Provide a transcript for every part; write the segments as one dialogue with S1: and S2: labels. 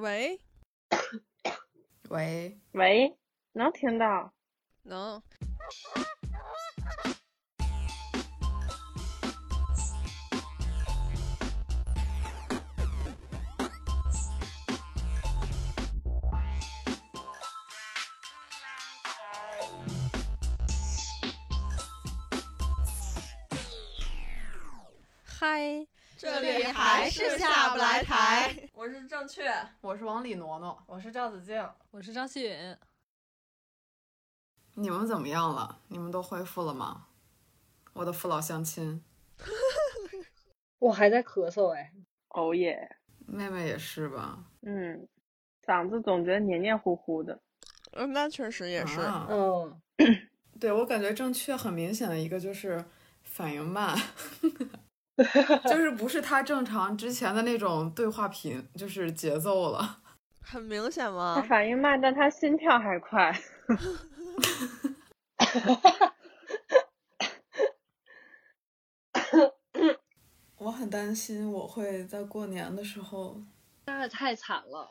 S1: 喂，
S2: 喂，
S3: 喂，能听到？
S1: 能。嗨，
S2: 这
S4: 里还是下不来台。我是正确，
S2: 我是往里挪挪，
S4: 我是赵子静。
S1: 我是张希允。
S2: 你们怎么样了？你们都恢复了吗？我的父老乡亲，
S5: 我还在咳嗽哎，
S3: 哦耶，
S2: 妹妹也是吧？
S3: 嗯，嗓子总觉得黏黏糊糊的。
S1: 嗯，那确实也是。
S2: 啊
S5: 嗯，
S2: 对我感觉正确很明显的一个就是反应慢， 就是不是他正常之前的那种对话频，就是节奏了。
S1: 很明显
S3: 他
S1: 吗？
S3: 反应慢，但他心跳还快。
S2: 我很担心我会在过年的时候
S5: 那太惨了，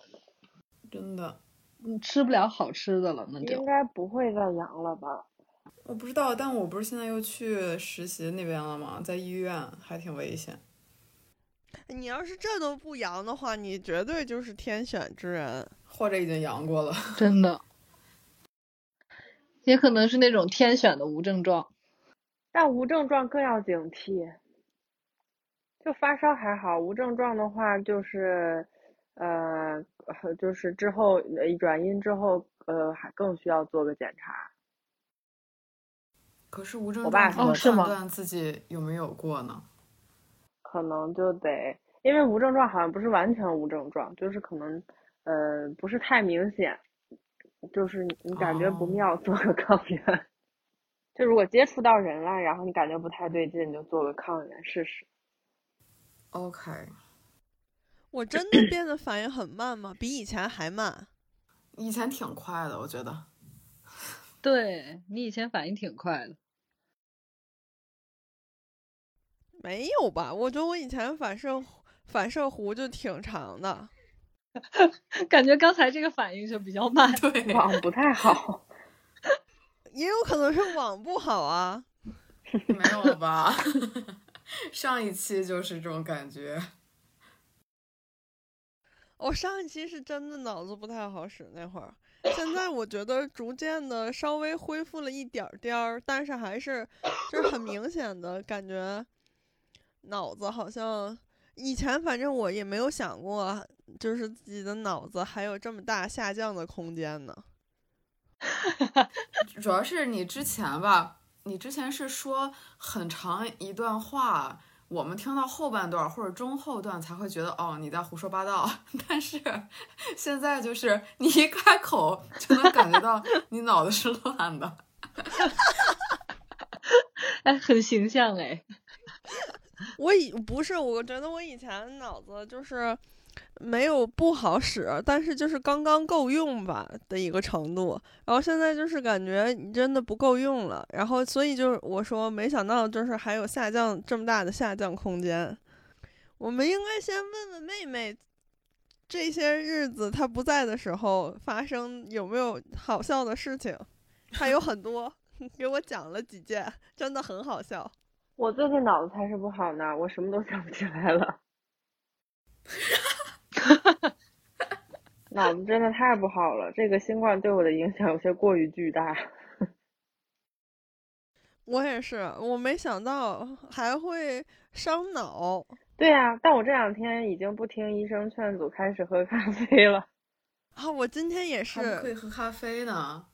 S2: 真的，
S5: 你吃不了好吃的了，那
S3: 应
S5: 就
S3: 该不会再阳了吧？
S2: 我不知道，但我不是现在又去实习那边了吗？在医院还挺危险。
S1: 你要是这都不阳的话，你绝对就是天选之人。
S2: 或者已经阳过了，
S5: 真的，也可能是那种天选的无症状。
S3: 但无症状更要警惕。就发烧还好，无症状的话就是，呃，呃就是之后呃转阴之后，呃，还更需要做个检查。
S2: 可是无症
S3: 我
S2: 状
S3: 爸
S2: 怎么
S5: 哦是吗
S2: 判断自己有没有过呢？
S3: 可能就得，因为无症状好像不是完全无症状，就是可能，呃，不是太明显，就是你感觉不
S2: 哦
S3: 妙，做个抗原。 就如果接触到人了，然后你感觉不太对劲，你就做个抗原试试。
S2: OK，
S1: 我真的变得反应很慢吗？比以前还慢。
S2: 以前挺快的，我觉 得。
S5: 对你以前反应挺快的，
S1: 没有吧？我觉得我以前反射弧反射弧就挺长的。
S5: 感觉刚才这个反应就比较慢。
S2: 对，
S3: 网不太好，
S1: 也有可能是网不好啊。
S2: 没有吧？ 上一期就是这种感觉。
S1: 我上一期是真的脑子不太好使那会儿，现在我觉得逐渐的稍微恢复了一点儿点儿，但是还是就是很明显的感觉，脑子好像以前反正我也没有想过，就是自己的脑子还有这么大下降的空间呢。
S2: 主要是你之前吧，你之前是说很长一段话，我们听到后半段或者中后段才会觉得哦你在胡说八道， 但是现在就是你一开口就能感觉到你脑子是乱的。
S5: 哎，很形象哎，
S1: 我以不是，我觉得我以前脑子就是没有不好使，但是就是刚刚够用吧的一个程度。然后现在就是感觉你真的不够用了，然后所以就是我说没想到就是还有下降这么大的下降空间。我们应该先问问妹妹，这些日子她不在的时候发生有没有好笑的事情？她有很多， 给我讲了几件，真的很好笑。
S3: 我最近脑子才是不好呢，我什么都想不起来了。脑子真的太不好了，这个新冠对我的影响有些过于巨大。
S1: 我也是，我没想到还会伤脑。
S3: 对呀、但我这两天已经不听医生劝阻，开始喝咖啡了，
S1: 啊，我今天也
S2: 还不可以
S1: 是，
S2: 喝咖啡呢。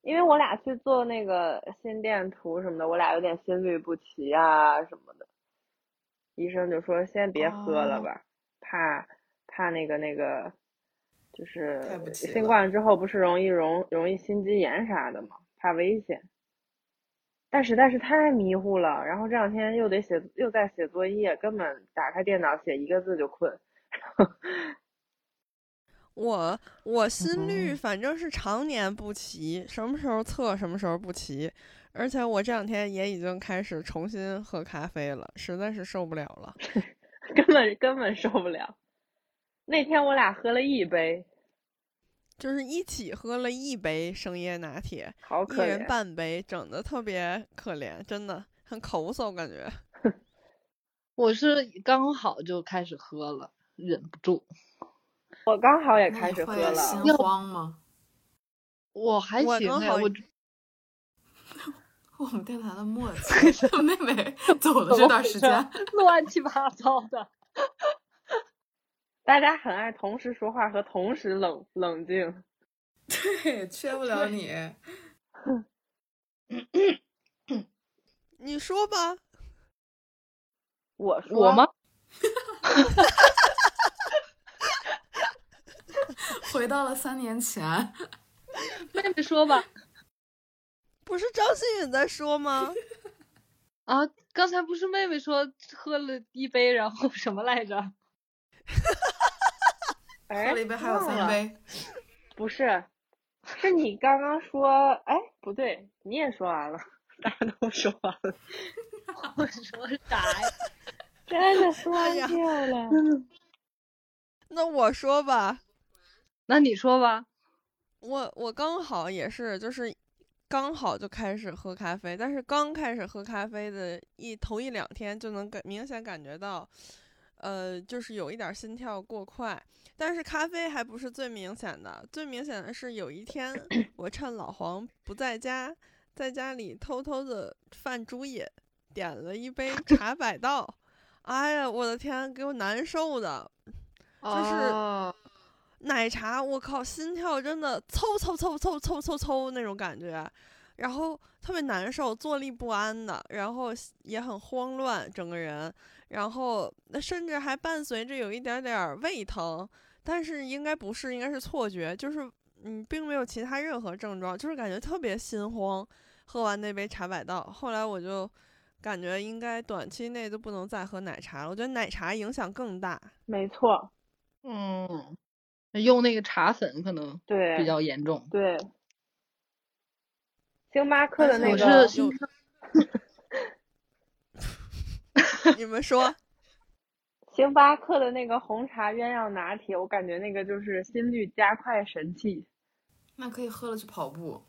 S3: 因为我俩去做那个心电图什么的，我俩有点心律不齐啊什么的，医生就说先别喝了
S2: 哦
S3: 吧，怕怕那个那个，就是
S2: 太不齐
S3: 新
S2: 了
S3: 冠之后不是容易容容易心肌炎啥的嘛，怕危险。但实在是太迷糊了，然后这两天又得写，又在写作业，根本打开电脑写一个字就困。
S1: 我
S3: 嗯
S1: 我心率反正是常年不齐，什么时候测什么时候不齐，而且我这两天也已经开始重新 喝咖啡了，实在是受不了了。
S3: 根本根本受不了。那天我俩喝了一杯，
S1: 就是一起喝了一杯生椰拿铁，
S3: 好
S1: 一
S3: 可
S1: 人
S3: 怜。
S1: 半杯，整的特别可怜，真的很口嗽感觉。
S5: 我是刚好就开始喝了，忍不住。
S3: 我刚好
S1: 哎
S3: 也
S2: 那
S3: 开
S2: 你
S3: 始喝
S2: 会
S3: 了，
S2: 心慌吗？
S5: 我还
S1: 我
S5: 行
S1: 刚
S5: 哎，
S1: 好
S5: 我
S2: 我们电台的默契，妹妹走的
S5: 怎
S2: 这
S5: 么
S2: 段
S5: 回
S2: 时
S5: 事
S2: 间
S5: 儿，乱七八糟的。
S3: 大家很爱同时说话和同时冷冷静。
S2: 对，缺不了你。
S1: 你说吧，
S3: 我
S5: 我
S3: 说
S5: 吗？
S2: 回到了三年前，
S5: 妹妹说吧。
S1: 不是张馨予在说吗？
S5: 啊，刚才不是妹妹说喝了一杯，然后什么来着？
S3: 哎
S2: 喝了一杯还有
S3: 忘了
S2: 三杯，
S3: 不是，是你刚刚说，哎，不对，你也说完了，大家都说完了，
S5: 我说啥呀？
S3: 真的说
S1: 哎呀
S3: 掉了。
S1: 那我说吧，
S5: 那你说吧。
S1: 我我刚好也是，就是刚好就开始喝咖啡，但是刚开始喝咖啡的一头一两天就能感明显感觉到，呃，就是有一点儿心跳过快。但是咖啡还不是最明显的，最明显的是有一 天我趁老黄不在家，在家里偷偷的犯猪瘾，点了一 杯茶百道。哎呀，我的天，给我难受的！就是
S5: 哦
S1: 奶茶，我靠，心跳真的嗖嗖嗖嗖嗖嗖嗖那种感觉，然后特别难受，坐立不安的，然后也很慌乱，整个人，然后那甚至还伴随着有一点点儿胃疼，但是应该不是，应该是错觉，就是嗯，并没有其他任何症状，就是感觉特别心慌。喝完那杯茶百道，后来我就感觉应该短期内就不能再喝奶茶了，我觉得奶茶影响更大。
S3: 没错，
S5: 嗯，用那个茶粉可能
S3: 对
S5: 比较严重。
S3: 对，星巴克的
S1: 而且
S3: 那
S5: 我
S1: 我
S3: 个
S5: 是
S1: 就 你们说。
S3: 星巴克的那个红茶鸳鸯拿铁，我感觉那个就是心率加快神器，
S2: 那可以喝了去跑步，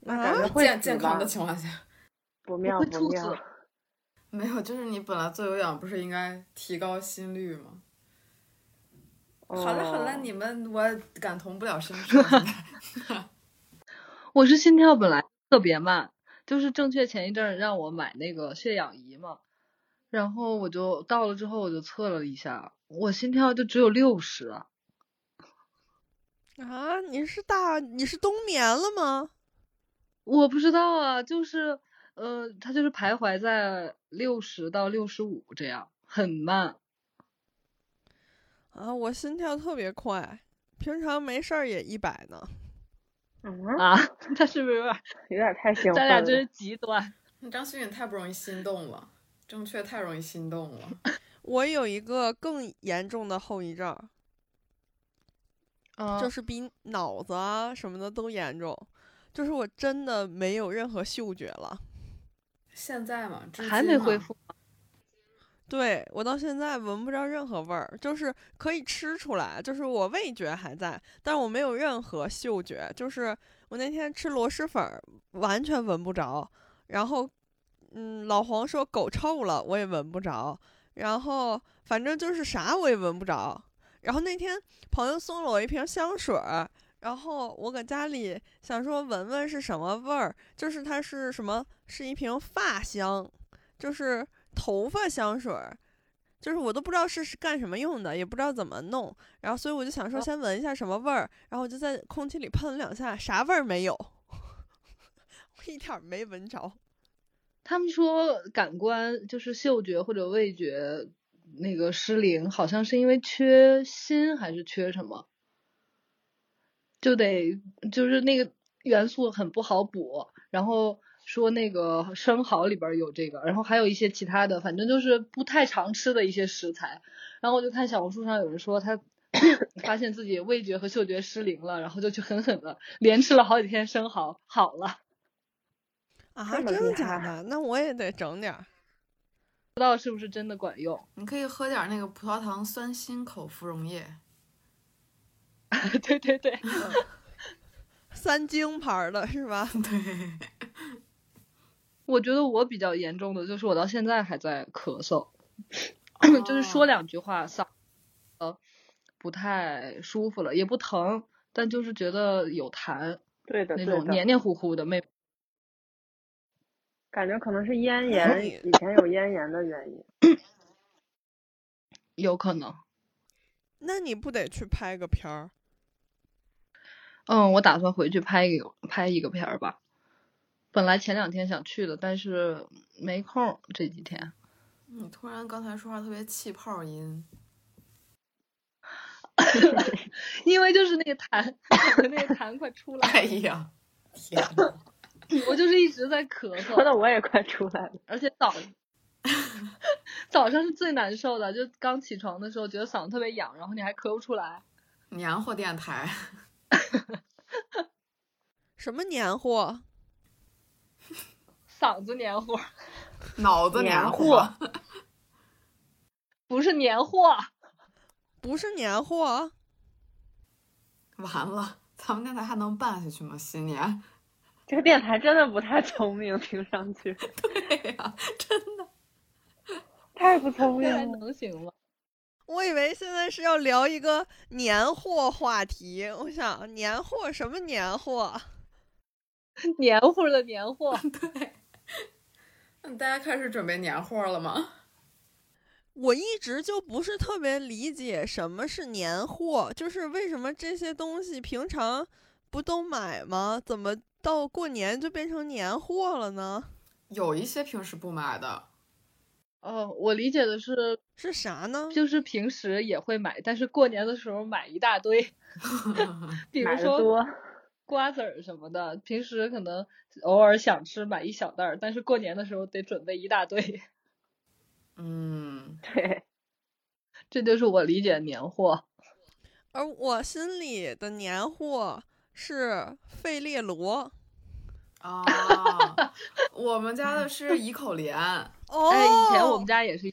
S3: 那感觉会
S2: 啊健
S3: 死
S2: 健康的
S3: 吧
S2: 情况下，
S3: 不妙
S5: 会
S3: 不
S5: 猝
S3: 妙
S5: 死。
S2: 没有，就是你本来做有氧不是应该提高心率吗？好了好了，
S3: 嗯
S2: 你们我感同不了身受。现在
S5: 我是心跳本来特别慢，就是正确前一阵儿让我买那个血氧仪嘛，然后我就到了之后我就测了一下，我心跳就只有六十，
S1: 啊，你是大你是冬眠了吗？
S5: 我不知道啊，就是呃，它就是徘徊在六十到六十五这样，很慢。
S1: 啊，我心跳特别快，平常没事儿也一百呢。
S3: 嗯，
S5: 啊， 他是不是有点儿？
S3: 有点太兴
S5: 咱
S3: 奋
S5: 俩真是
S3: 了。
S5: 极端。
S2: 张馨予太不容易心动了，正确太容易心动了。
S1: 我有一个更严重的后遗症，
S3: 嗯
S5: 啊
S1: 就是比脑子啊什么的都严重，就是我真的没有任何嗅觉了。
S2: 现在嘛，至
S5: 还
S2: 今
S5: 没
S2: 嘛
S5: 恢复。
S1: 对我到现在闻不着任何味儿，就是可以吃出来，就是我味觉还在，但我没有任何嗅觉。就是我那天吃螺蛳粉儿，完全闻不着。然后，嗯，老黄说狗臭了，我也闻不着。然后反正就是啥我也闻不着。然后那天朋友送了我一瓶香水儿，然后我搁家里想说闻闻是什么味儿，就是它是什么，是一瓶发香，就是头发香水儿，就是我都不知道是是干什么用的，也不知道怎么弄，然后所以我就想说先闻一下什么味儿，然后我就在空气里喷了两下，啥味儿没有， 我一点儿没闻着。
S5: 他们说感官就是嗅觉或者味觉那个失灵，好像是因为缺锌还是缺什么，就得就是那个元素很不好补。然后说那个生蚝里边儿有这个，然后还有一些其他的，反正就是不太常吃的一些食材。然后我就看小红书上有人说他。 发现自己味觉和嗅觉失灵了，然后就去狠狠的 连吃了好几天生蚝，好了。
S1: 啊，
S3: 这么
S1: 真的
S3: 厉
S1: 假
S3: 害
S1: 的？那我也得整点儿。
S5: 知道是不是真的管用。
S2: 你可以喝点那个葡萄糖酸锌口服溶液，
S5: 对对对，
S1: 三晶牌的是吧？
S2: 对，
S5: 我觉得我比较严重的就是我到现在还在咳嗽，
S2: 哦
S5: 就是说两句话嗓呃不太舒服了，也不疼，但就是觉得有痰
S3: 对的，
S5: 那
S3: 对
S5: 种
S3: 的，
S5: 黏黏糊糊的，没
S3: 感觉可能是咽
S5: 嗯
S1: 可
S3: 炎，
S1: 以
S3: 以前有咽炎的原因。
S5: 有可能。
S1: 那你不得去拍个片儿？
S5: 嗯，我打算回去拍一个拍一个片儿吧。本来前两天想去的，但是没空儿这几天。
S2: 你嗯突然刚才说话特别气泡音，
S5: 因为就是那个痰， 我的那个痰快出 来
S2: 哎
S5: 了，
S2: 呀，天呐，
S5: 我就是一直在 咳
S3: 说
S5: 嗽，
S3: 的我也快出来了，
S5: 而且早 早上是最难受的，就刚起床的时候觉得嗓子特别痒，然后你还咳不出来，
S2: 年货电台，
S1: 什么年货？
S5: 嗓子黏糊，
S2: 脑子
S3: 黏
S2: 糊，
S5: 不是黏糊，
S1: 不是年货，
S2: 完了，咱们电台还能办下去吗？新年，
S3: 这个电台真的不太聪明，听上去
S2: 对呀、
S3: 太不聪
S5: 这
S3: 明
S2: 啊
S5: 还
S3: 了。
S5: 能行吗？
S1: 我以为现在是要聊一个年货话题。我想年货什么年货？
S5: 黏糊的黏糊，
S2: 对。那大家开始准备年货了吗？
S1: 我一直就不是特别理解什么是年货，就是为什么这些东西平常不都买吗？怎么到过年就变成年货了呢？
S2: 有一些平时不买的，
S5: 哦，我理解的是，
S1: 是啥呢？
S5: 就是平时也会买，但是过年的时候买一大堆，比如
S3: 买的
S5: 说
S3: 多，
S5: 瓜子儿什么的，平时可能偶尔想吃买一小袋儿，但是过年的时候得准备一大堆。
S2: 嗯，
S3: 对，
S5: 这就是我理解的年货。
S1: 而我心里的年货是费列罗。
S2: 啊，我们家的是乙口莲，
S1: 哦，
S5: 哎，以前我们家也是，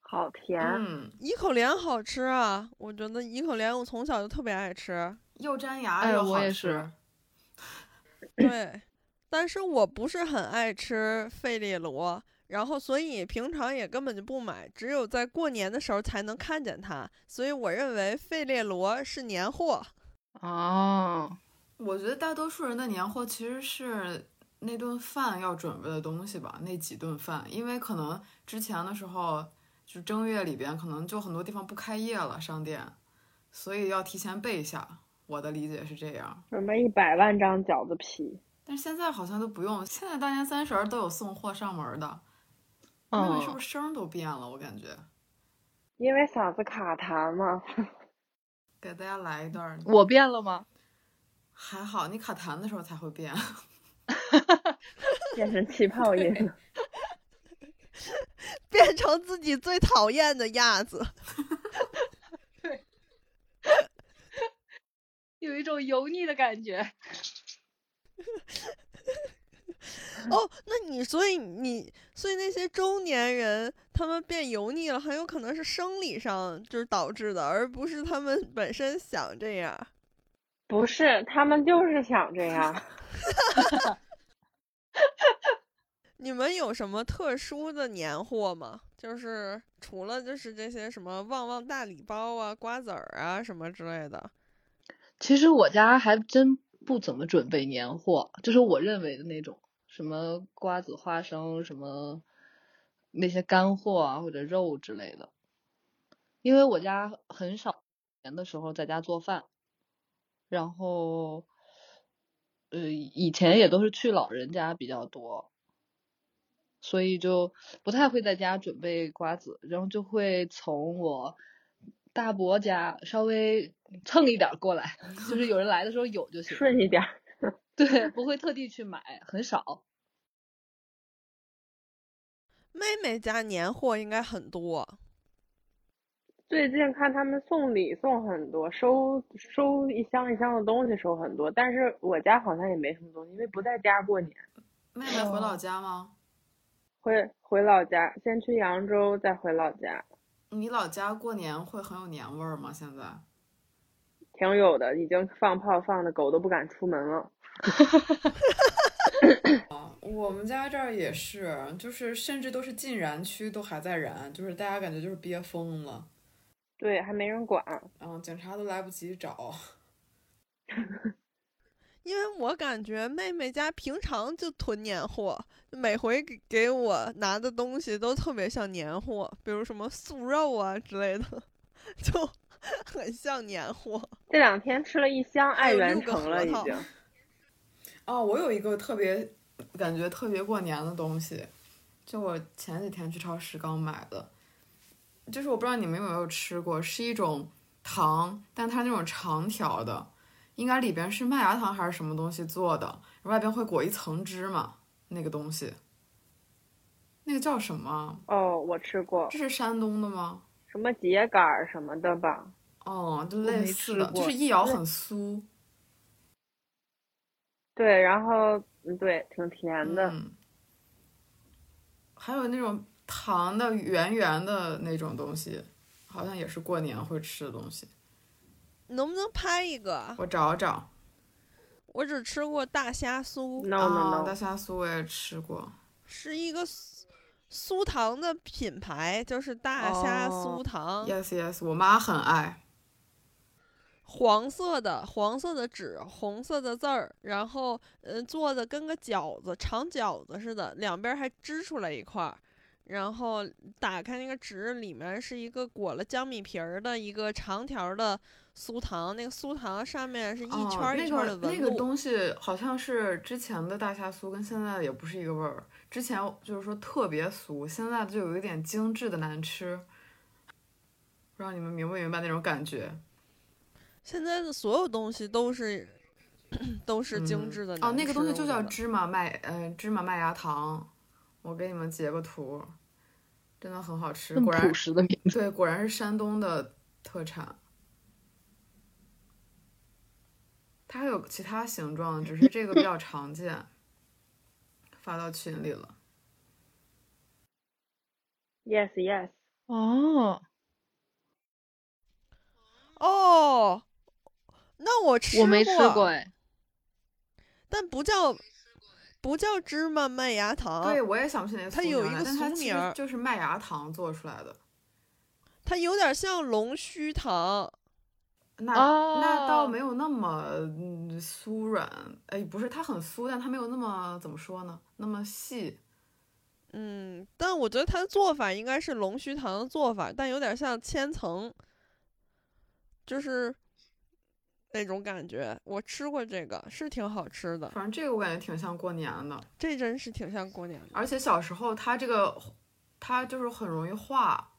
S3: 好甜。
S2: 嗯，
S1: 乙口莲好吃啊！我觉得乙口莲我从小就特别爱吃。
S2: 又粘牙
S5: 哎
S2: 又
S5: 我
S2: 好
S5: 也
S2: 吃
S5: 是。
S1: 对，但是我不是很爱吃费列罗，然后所以平常也根本就不买，只有在过年的时候才能看见它。所以我认为费列罗是年货。
S5: 哦，
S2: 我觉得大多数人的年货其实是那顿饭要准备的东西吧，那几顿饭，因为可能之前的时候就正月里边可能就很多地方不开业了商店，所以要提前备一下。我的理解是这样，
S3: 准备一百万张饺子皮，
S2: 但是现在好像都不用，现在大年三十儿都有送货上门的，外面是不
S5: 嗯，
S2: 是声儿都变了？我感觉
S3: 因为嗓子卡痰嘛。
S2: 给大家来一段儿，
S5: 我变了吗？
S2: 还好你卡痰的时候才会变。
S3: 变成气泡音了。
S1: 变成自己最讨厌的样子。
S5: 有一种油腻的感觉。
S1: 哦，那你所以你所以那些中年人他们变油腻了，很有可能是生理上就是导致的，而不是他们本身想这样。
S3: 不是，他们就是想这 样。
S1: 你们有什么特殊的年货吗？就是除了就是这些什么旺旺大礼包啊、瓜子儿啊什么之类的。
S5: 其实我家还真不怎么准备年货，就是我认为的那种，什么瓜子、花生，什么那些干货啊或者肉之类的。因为我家很少年的时候在家做饭，然后，呃，以前也都是去老人家比较多，所以就不太会在家准备瓜子，然后就会从我大伯家稍微蹭一点儿过来， 就是有人来的时候有就行，
S3: 顺一点儿，
S5: 对，不会特地去买，很少。
S1: 妹妹家年货应该很多，
S3: 最近看他们送礼送很多，收收一箱一箱的东西收很多，但是我家好像也没什么东西，因为不在家过年。
S2: 妹妹回老家吗？
S3: 会回老家，先去扬州，再回老家，
S2: 你老家过年会很有年味儿吗？现在？
S3: 挺有的，已经放炮放的狗都不敢出门了。
S2: 我们家这儿也是，就是甚至都是禁燃区都还在燃，就是大家感觉就是憋疯了，
S3: 对，还没人管。
S2: 然后警察都来不及找。
S1: 因为我感觉妹妹家平常就囤年货，每回给给我拿的东西都特别像年货，比如什么素肉啊之类的， 就很像年货。
S3: 这两天吃了一箱
S1: 还
S3: 爱
S1: 有
S3: 媛
S1: 六个
S3: 城了，
S1: 核
S3: 已
S1: 桃
S3: 经。
S2: 哦，我有一个特别感觉特别过年的东西，就我前几天去超市刚买的，就是我不知道你们有没有吃过，是一种糖，但它那种长条的，应该里边是麦芽糖还是什么东西做的，外边会裹一层芝麻，那个东西，那个叫什么？啊
S3: 哦，我吃过
S2: 这是山东的吗？
S3: 什么秸秆儿什么的吧？
S2: 哦，就类
S5: 没
S2: 似
S5: 吃
S2: 的，就
S5: 过
S2: 是一咬很酥。
S3: 对，然后嗯，对，挺甜的。
S2: 嗯，还有那种糖的圆圆的那种东西，好像也是过年会吃的东西。
S1: 能不能拍一个？啊
S2: 我找找，
S1: 我只吃过大虾酥，
S3: No
S2: 啊
S3: no，no，
S2: 大虾酥我也吃过，
S1: 是一个酥酥糖的品牌，就是大虾
S3: 哦
S1: 酥糖。
S2: yes yes，我妈很爱。
S1: 黄色的黄色的纸，红色的字儿，然后嗯、呃做的跟个饺子长饺子似的，两边儿还支出来一块儿，然后打开那个纸，里面是一个裹了江米皮儿的一个长条儿的酥糖，那个酥糖上面是一圈
S2: 哦
S1: 儿一
S2: 那
S1: 圈儿的
S2: 个
S1: 纹
S2: 那
S1: 路。
S2: 个东西好像是之前的大虾酥跟现在的也不是一个味儿。之前就是说特别酥，现在就有一点精致的难吃。不知道你们明不明白那种感觉？
S1: 现在的所有东西都是 都是精
S2: 嗯
S1: 致的、
S2: 哦，那个东西就叫
S1: 芝。
S2: 芝麻麦，嗯、芝麻麦芽糖。我给你们截个图，真的很好吃，
S5: 这么
S2: 果然
S5: 朴实的名字，
S2: 对，果然是山东的特产。它还有其他形状的，只是这个比较常见。发到群里了，
S3: ，yes yes，
S5: 哦，
S1: 哦，那我吃
S5: 我没吃过哎，
S1: 但不叫不叫芝麻麦芽糖，
S2: 对我也想不起那个
S1: 哦它
S2: 俗
S1: 有
S2: 名
S1: 一
S2: 来
S1: 个
S2: 但它
S1: 俗
S2: 其
S1: 名
S2: 实
S1: 儿
S2: 就是麦芽糖做出来的。
S1: 它有点像龙须糖，
S2: 那、
S1: 哦
S2: 那倒没有那么嗯酥软，哎，不是，它很酥，但它没有那么怎么说呢，那么细。
S1: 嗯，但我觉得它的做法应该是龙须糖的做法，但有点像千层，就是那种感觉。我吃过这个，是挺好吃的，
S2: 反正这个我感觉挺像过年的，
S1: 这真是挺像过年的。
S2: 而且小时候它这个它就是很容易化，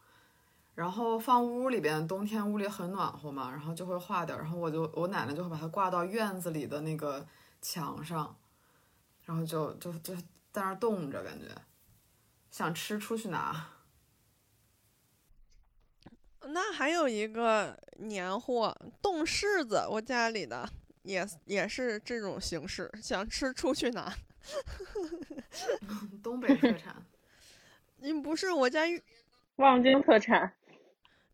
S2: 然后放屋里边，冬天屋里很暖和嘛，然后就会化掉，然后我就我奶奶就会把它挂到院子里的那个墙上，然后就就就在那儿冻着，感觉想吃出去拿。
S1: 那还有一个年货冻柿子，我家里的也也是这种形式，想吃出去拿。
S2: 东北特产，
S1: 嗯，不是我家
S3: 望京特产。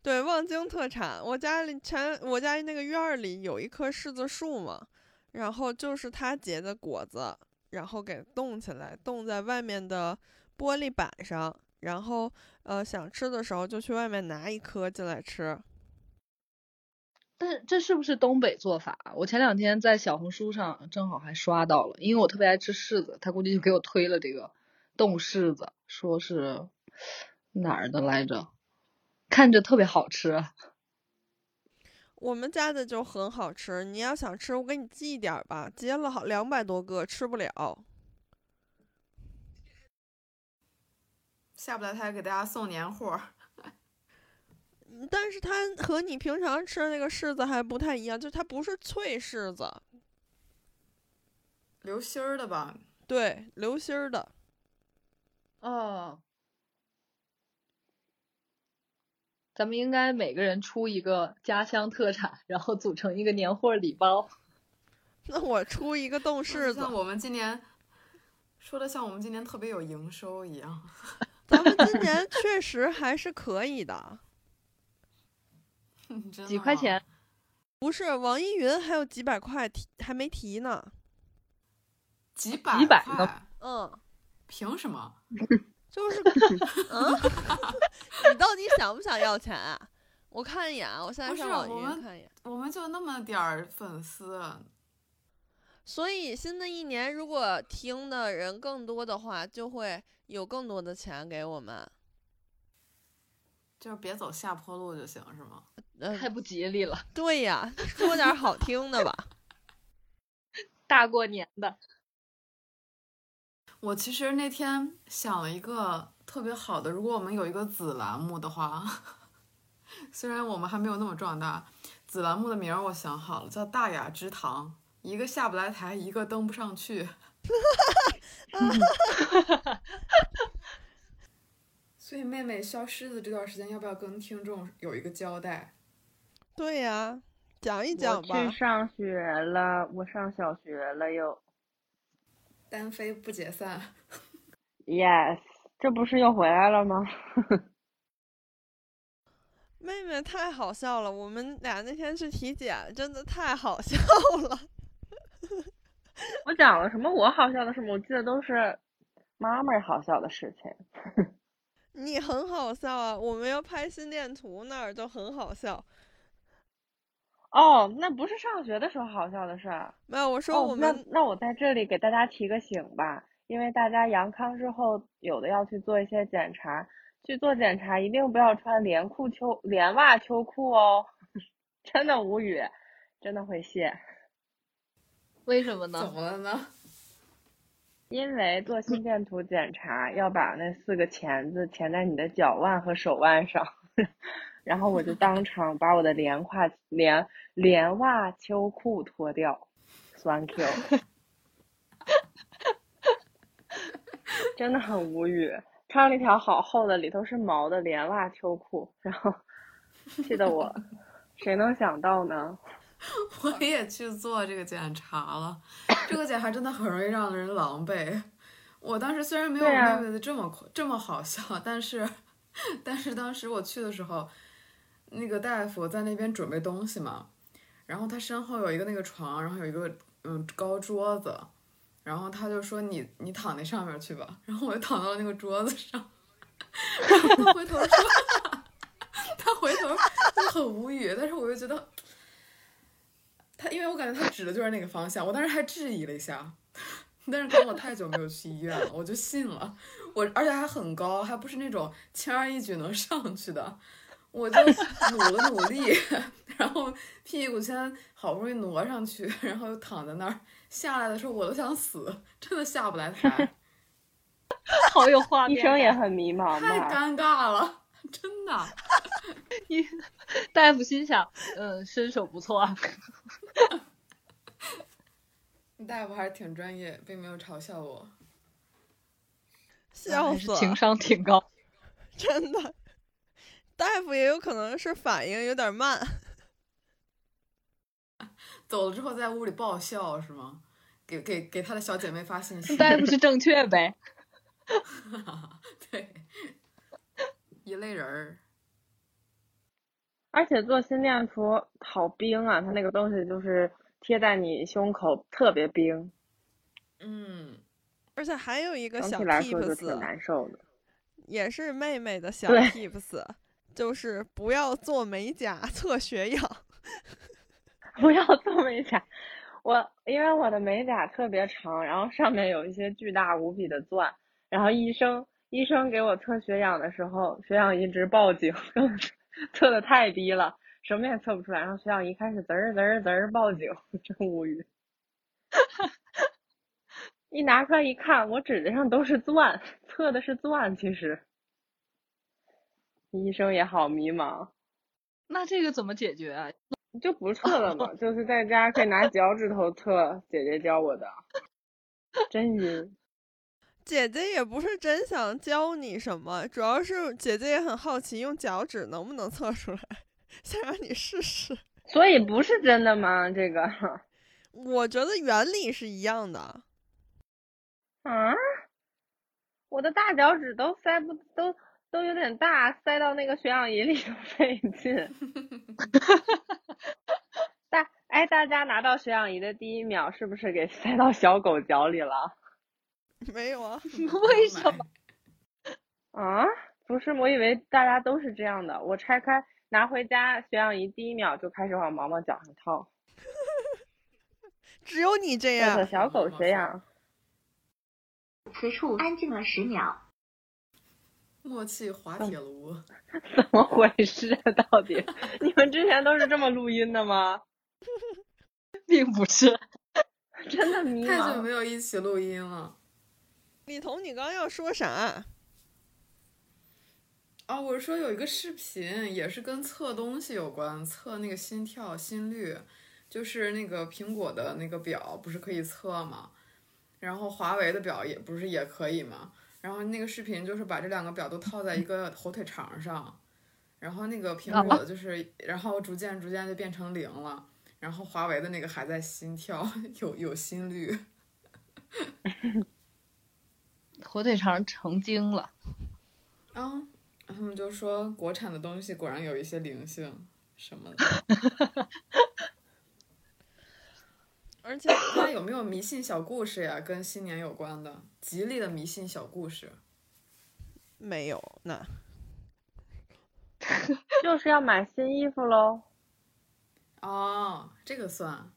S1: 对，望京特产。我家里前我家那个院儿里有一棵柿子树嘛，然后就是它结的果子，然后给冻起来，冻在外面的玻璃板上，然后呃想吃的时候就去外面拿一颗进来吃。
S5: 但这是不是东北做法啊？我前两天在小红书上正好还刷到了，因为我特别爱吃柿子，他估计就给我推了这个冻柿子，说是哪儿的来着？看着特别好吃，啊
S1: 我们家的就很好吃，你要想吃，我给你寄一点儿吧，结了好两百多个，吃不了。
S2: 下不来台给大家送年货。
S1: 嗯但是它和你平常吃的那个柿子还不太一样，就它不是脆柿子，
S2: 流心儿的吧，
S1: 对，流心儿的。
S5: 哦，咱们应该每个人出一个家乡特产，然后组成一个年货礼包。
S1: 那我出一个冻柿子
S2: 像，我们今年说的像我们今年特别有营收一样。
S1: 咱们今年确实还是可以的，
S2: 真的啊
S5: 几块
S2: 吗
S5: 钱？
S1: 不是？网易云还有几百块提还没提呢。
S2: 几百
S5: 几百个
S2: 块？
S1: 嗯，
S2: 凭什么？
S1: 就是， 嗯，你到底想不想要钱啊？我看一眼啊，我现在
S2: 不
S1: 上
S2: 是
S1: 网
S2: 我
S1: 易云
S2: 们
S1: 看一眼。
S2: 我们就那么点儿粉丝，
S1: 所以新的一年，如果听的人更多的话，就会有更多的钱给我们。
S2: 就是别走下坡路就行，是吗？
S1: 呃，
S5: 太不吉利了，
S1: 对呀， 说点好听的吧。
S5: 大过年的，
S2: 我其实那天想了一个特别好的，如果我们有一个子栏目的话， 虽然我们还没有那么壮大，子栏目的名儿我想好了，叫“大雅之堂”，一个下不来台，一个登不上去。 所以妹妹消失的这段时间，要不要跟听众有一个交代？
S1: 对呀，讲一
S3: 我
S1: 讲吧。
S3: 去上学了，我上小学了又。
S2: 单飞不解散，
S3: Yes，这不是又回来了吗？
S1: 妹妹太好笑了，我们俩那天去体检，真的太好笑了。
S3: 我讲了什么我好笑的事吗？我记得都是妈妈好笑的事情。
S1: 你很好笑啊！我们要拍心电图那儿就很好笑。
S3: 哦，那不是上学的时候好笑的事儿。
S1: 没有，我说
S3: 哦
S1: 我，
S3: 那
S1: 们、
S3: 那我在这里给大家提个醒吧，因为大家阳康之后，有的要去做一些检查，去做检查一定不要穿连裤秋连袜秋裤哦， 真的无语，真的会谢。
S5: 为什么
S2: 怎
S5: 呢？
S2: 么了呢？
S3: 因为做心电图检查要把那四个钳子钳在你的脚腕和手腕上，然后我就当场把我的连胯连连袜秋裤脱掉，酸 Q，真的很无语。穿了一条好厚的，里头是毛的连袜秋裤，然后 气得我，谁能想到呢？
S2: 我也去做这个检查 了，这个检查真的很容易让人狼狈。我当时虽然没有
S3: 对啊
S2: 我妹妹的这么、这么好笑，但是 但是当时我去的时候，那个大夫在那边准备东西嘛，然后他身后有一个那个床，然后有一个嗯高桌子，然后他就说你你躺那上面去吧，然后我就躺到了那个桌子上， 然后他回头说， 他回头就很无语，但是我又觉得他因为我感觉他指的就是那个方向，我当时还质疑了一下，但是可能我太久没有去医院了，我就信了。我而且还很高，还不是那种轻而易举能上去的，我就努了努力， 然后屁股先好不容易挪上去，然后又躺在那儿。下来的时候我都想死，真的下不来台，
S5: 好有画
S3: 医
S5: 面
S3: 生
S5: 感，
S3: 也很迷茫
S2: 太
S3: 吧？
S2: 尴尬了，真的。
S5: 大夫心想，嗯，身手不错啊，
S2: 大夫还是挺专业，并没有嘲笑我。
S1: 笑
S5: 还是
S1: 死了，
S5: 情商挺高。
S1: 真的。大夫也有可能是反应有点慢，
S2: 走了之后在屋里爆笑是吗？给给给他的小姐妹发信息。
S5: 大夫是正确呗，
S2: 对，一类人儿。
S3: 而且做心电图好冰啊，它那个东西就是贴在你胸口，特别冰，
S2: 嗯，
S1: 而且还有一个
S3: 整
S1: 小
S3: 体来说就挺
S1: tips，
S3: 难受的。
S1: 也是妹妹的小
S3: 对
S1: tips，就是不要做美甲 测血氧。
S3: 不要做美甲，我因为我的美甲特别长，然后上面有一些巨大无比的钻，然后医生医生给我测血氧的时候，血氧一直报警， 测的太低了，什么也测不出来，然后血氧一开始滋儿滋儿滋儿报警， 真无语。一拿出来一看，我指甲上都是钻， 测的是钻，其实。医生也好迷茫。
S5: 那这个怎么解 决啊？
S3: 你就不测了嘛，就是在家可以拿脚趾头测。姐姐教我的，真晕。
S1: 姐姐也不是真想教你什么，主要是姐姐也很好奇，用脚趾能不能测出来，想让你试试。
S3: 所以不是真的吗？这个
S1: 我觉得原理是一样的，
S3: 啊，我的大脚趾都塞不都都有点大，塞到那个血氧仪里都 费劲。大哎，大家拿到血氧仪的第一秒，是不是给塞到小狗脚里了？
S1: 没有啊，
S5: 为什么？
S3: 啊，不是，我以为大家都是这样的。我拆开拿回家血氧仪，第一秒就开始往毛毛脚上套。
S1: 只有你这
S3: 带
S1: 样
S3: 着。小狗血氧，
S6: 此处安静了十秒。
S2: 默契滑铁卢，
S3: 怎么回事啊？ 到底你们之前都是这么录音的吗？
S5: 并不是，
S3: 真的迷
S2: 太久
S3: 茫。
S2: 没有一起录音了。
S1: 李彤，你刚要说啥？
S2: 哦，我说有一个视频也是跟测东西有关，测那个心跳、心率，就是那个苹果的那个表不是可以测吗？然后华为的表也不是也可以吗？然后那个视频就是把这两个表都套在一个火腿肠上，然后那个苹果的就是，然后逐渐逐渐就变成零了，然后华为的那个还在心跳， 有有心率。
S5: 火腿肠成精了。
S2: 啊，他们就说国产的东西果然有一些灵性什么的。
S1: 而且
S2: 那有没有迷信小故事呀？跟新年有关的，吉利的迷信小故事。
S1: 没有那
S3: 就是要买新衣服喽。
S2: 哦，这个算，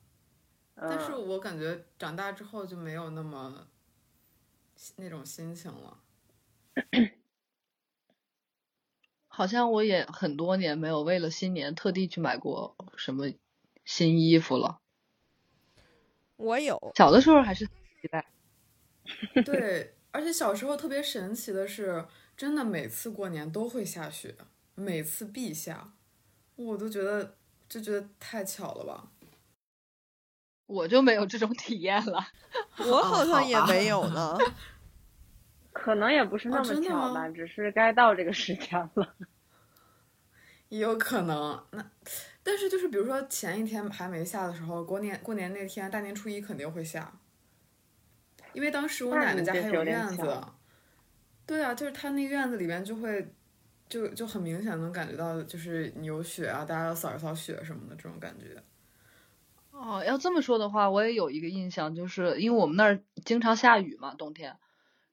S3: 嗯
S2: 但是我感觉长大之后就没有那么那种心情了。
S5: 好像我也很多年没有为了新年特地去买过什么新衣服了。
S1: 我有，
S5: 小的时候还是期待，
S2: 对，而且小时候特别神奇的是，真的每次过年都会下雪，每次必下，我都觉得就觉得太巧了吧。
S5: 我就没有这种体验了。
S1: 我好像也没有呢。
S3: 可能也不是那
S2: 哦真
S3: 么
S2: 的
S3: 巧吧，
S2: 吗
S3: 只是该到这个时间了。
S2: 也有可能。那但是就是比如说前一天还没下的时候，过年过年那天大年初一肯定会下，因为当时我
S3: 那
S2: 奶奶
S3: 你
S2: 家
S3: 这
S2: 还
S3: 是有点
S2: 院子
S3: 巧。
S2: 对啊，就是她那院子里面就会。就就很明显能感觉到，就是有雪啊，大家要扫一扫雪什么的这种感觉。
S5: 哦，要这么说的话，我也有一个印象，就是因为我们那儿经常下雨嘛，冬天，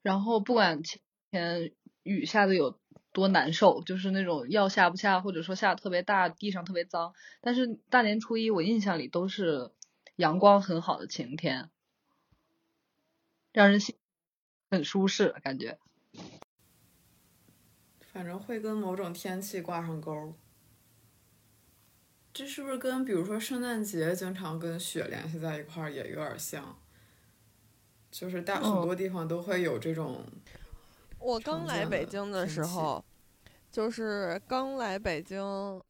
S5: 然后不管前天雨下的有多难受，就是那种要下不下，或者说下得特别大，地上特别脏，但是大年初一我印象里都是阳光很好的晴天，让人心很舒适感觉。
S2: 反正会跟某种天气挂上钩儿。这是不是跟比如说圣诞节经常跟雪联系在一块儿也有点像？就是大很
S5: 嗯
S2: 多地方都会有这种，
S1: 我刚
S2: 常
S1: 来
S2: 见
S1: 北
S2: 的
S1: 京的
S2: 天
S1: 时
S2: 气
S1: 候，就是刚来北京，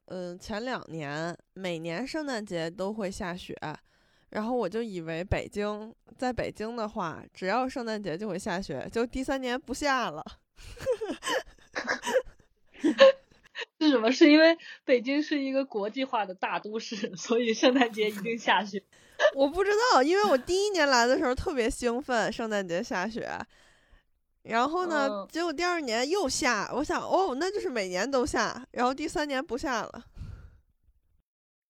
S1: 嗯，前两年每年圣诞节都会下雪，然后我就以为北京在北京的话，只要圣诞节就会下雪，就第三年不下了。
S5: 是什么？是因为北京是一个国际化的大都市，所以圣诞节一定下雪。
S1: 我不知道，因为我第一年来的时候特别兴奋，圣诞节下雪，然后呢，
S5: 嗯
S1: 结果第二年又下，我想哦，那就是每年都下，然后第三年不下了。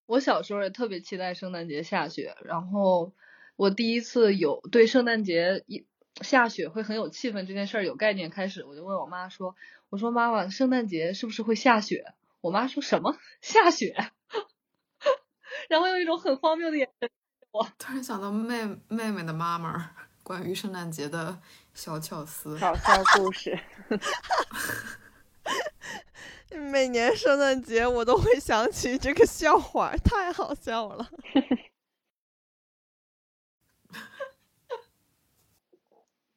S5: 我小时候也特别期待圣诞节下雪，然后我第一次有对圣诞节一下雪会很有气氛这件事儿有概念开始，我就问我妈说：“我说妈妈，圣诞节是不是会下雪？”我妈说什么下雪？ 然后用一种很荒谬的眼神，
S2: 突然想到妹妹妹的妈妈儿关于圣诞节的小巧思。
S3: 搞笑故事，
S1: 每年圣诞节我都会想起这个笑话，太好笑了。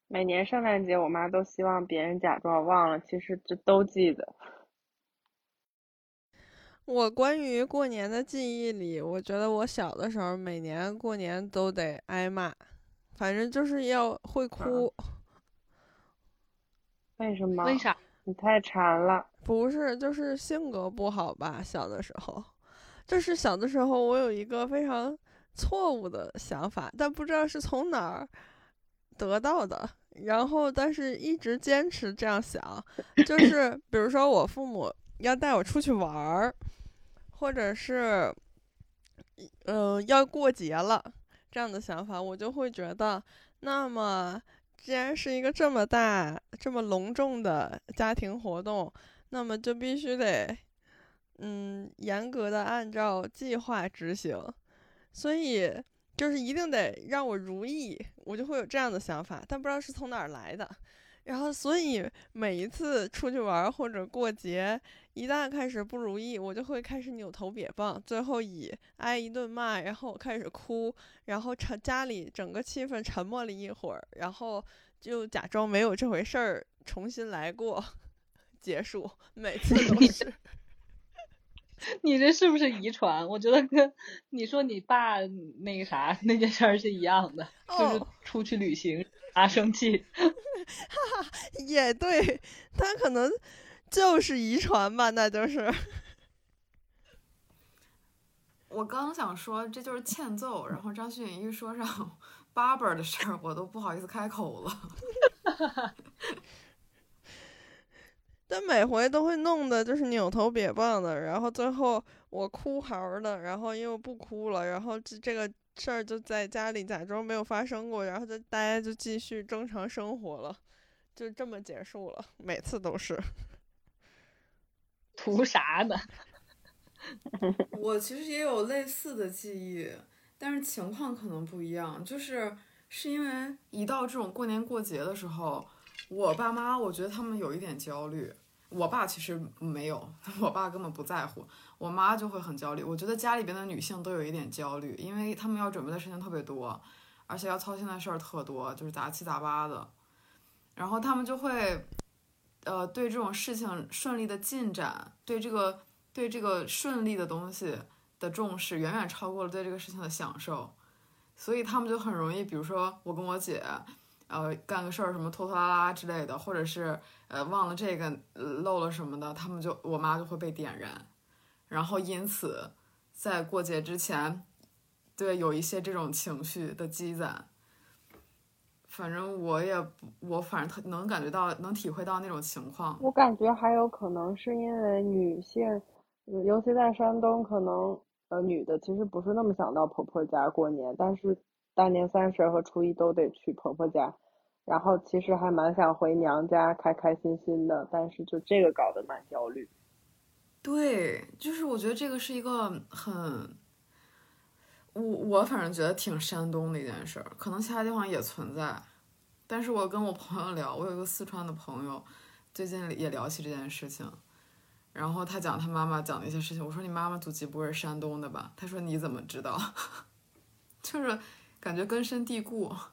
S3: 每年圣诞节我妈都希望别人假装忘了，其实这都记得。
S1: 我关于过年的记忆里，我觉得我小的时候每年过年都得挨骂，反正就是要会哭。
S3: 为什么？
S5: 为？啥？
S3: 你太馋了。
S1: 不是，就是性格不好吧？小的时候，就是小的时候，我有一个非常错误的想法，但不知道是从哪儿得到的，然后但是一直坚持这样想，就是比如说我父母要带我出去玩儿，或者是，嗯、要过节了这样的想法，我就会觉得，那么既然是一个这么大、这么隆重的家庭活动，那么就必须得，嗯，严格的按照计划执行，所以。就是一定得让我如意，我就会有这样的想法，但不知道是从哪儿来的。然后，所以每一次出去玩儿或者过节，一旦开始不如意，我就会开始扭头瘪棒，最后以挨一顿骂，然后开始哭，然后沉家里整个气氛沉默了一会儿，然后就假装没有这回事儿，重新来过，结束。每次都是
S5: 你这是不是遗传？我觉得跟你说你爸那个啥那件事儿是一样的，就是
S1: 哦，
S5: 出去旅行啊生气，
S1: 也对，他可能就是遗传吧，那就是。
S2: 我刚想说这就是欠揍，然后张馨予一说上 八本儿的事儿，我都不好意思开口了。
S1: 但每回都会弄的就是扭头瘪棒的，然后最后我哭嚎儿的，然后又不哭了，然后这这个事儿就在家里假装没有发生过，然后就大家就继续正常生活了，就这么结束了，每次都是。
S5: 图啥呢？
S2: 我其实也有类似的记忆，但是情况可能不一样，就是是因为一到这种过年过节的时候，我爸妈我觉得他们有一点焦虑。我爸其实没有， 我爸根本不在乎，我妈就会很焦虑。我觉得家里边的女性都有一点焦虑，因为她们要准备的事情特别多，而且要操心的事儿特多，就是杂七杂八的。然后她们就会，呃，对这种事情顺利的进展，对这个对这个顺利的东西的重视远远超过了对这个事情的享受，所以他们就很容易，比如说我跟我姐，呃，干个事儿什么拖拖拉拉之类的，或者是呃忘了这个呃漏了什么的，他们就我妈就会被点燃，然后因此在过节之前，对有一些这种情绪的积攒。反正我也不，我反正特能感觉到，能体会到那种情况。
S3: 我感觉还有可能是因为女性，嗯尤其在山东，可能呃女的其实不是那么想到婆婆家过年，但是大年三十儿和初一都得去婆婆家，然后其实还蛮想回娘家开开心心的，但是就这个搞得蛮焦虑。
S2: 对，就是我觉得这个是一个很，我我反正觉得挺山东的一件事儿，可能其他地方也存在，但是我跟我朋友聊，我有一个四川的朋友，最近也聊起这件事情，然后他讲他妈妈讲的一些事情，我说你妈妈祖籍不会是山东的吧？他说你怎么知道？ 就是感觉根深蒂固。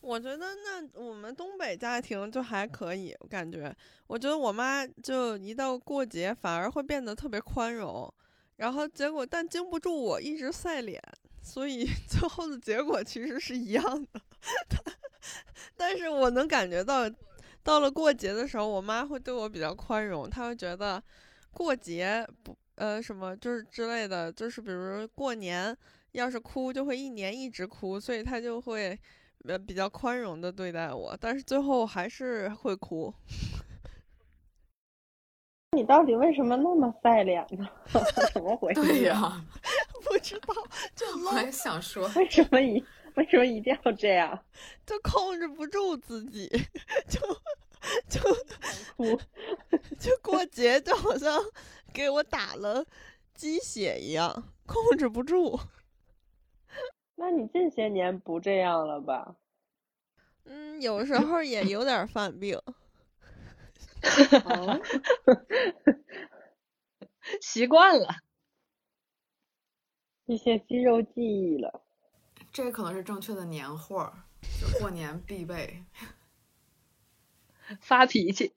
S1: 我觉得那我们东北家庭就还可以，我感觉，我觉得我妈就一到过节反而会变得特别宽容，然后结果但经不住我一直晒脸，所以 最后的结果其实是一样的。 但是我能感觉到，到了过节的时候，我妈会对我比较宽容，她会觉得过节不呃什么就是之类的，就是比如过年要是哭就会一年一直哭，所以她就会。呃比较宽容的对待我，但是最后还是会哭。
S3: 你到底为什么那么晒脸呢？ 怎么回
S2: 对
S3: 事？
S2: 呀、
S1: 不知道，就
S2: 我
S1: 愣
S2: 也想说，
S3: 为什么一为什么一定要这样？
S1: 就控制不住自己， 就就
S3: 哭。
S1: 就过节就好像给我打了鸡血一样，控制不住。
S3: 那你近些年不这样了吧？
S1: 嗯，有时候也有点儿犯病。
S3: 嗯，
S5: 习惯了，
S3: 一些肌肉记忆了。
S2: 这可能是正确的年货儿，就过年必备。
S5: 发脾气，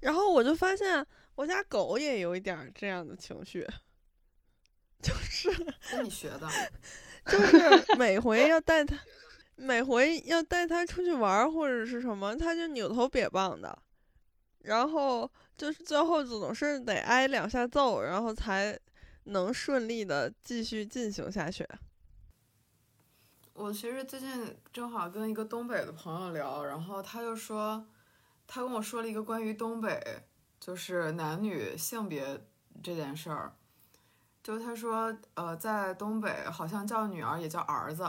S1: 然后我就发现我家狗也有一点儿这样的情绪， 就是
S2: 跟你学的。
S1: 就是每回要带它，每回要带它出去玩儿或者是什么，它就扭头瘪棒的，然后就是最后总是得挨两下揍，然后才能顺利的继续进行下去。
S2: 我其实最近正好跟一个东北的朋友聊，然后他就说，他跟我说了一个关于东北就是男女性别这件事儿，就他说，呃，在东北好像叫女儿也叫儿子，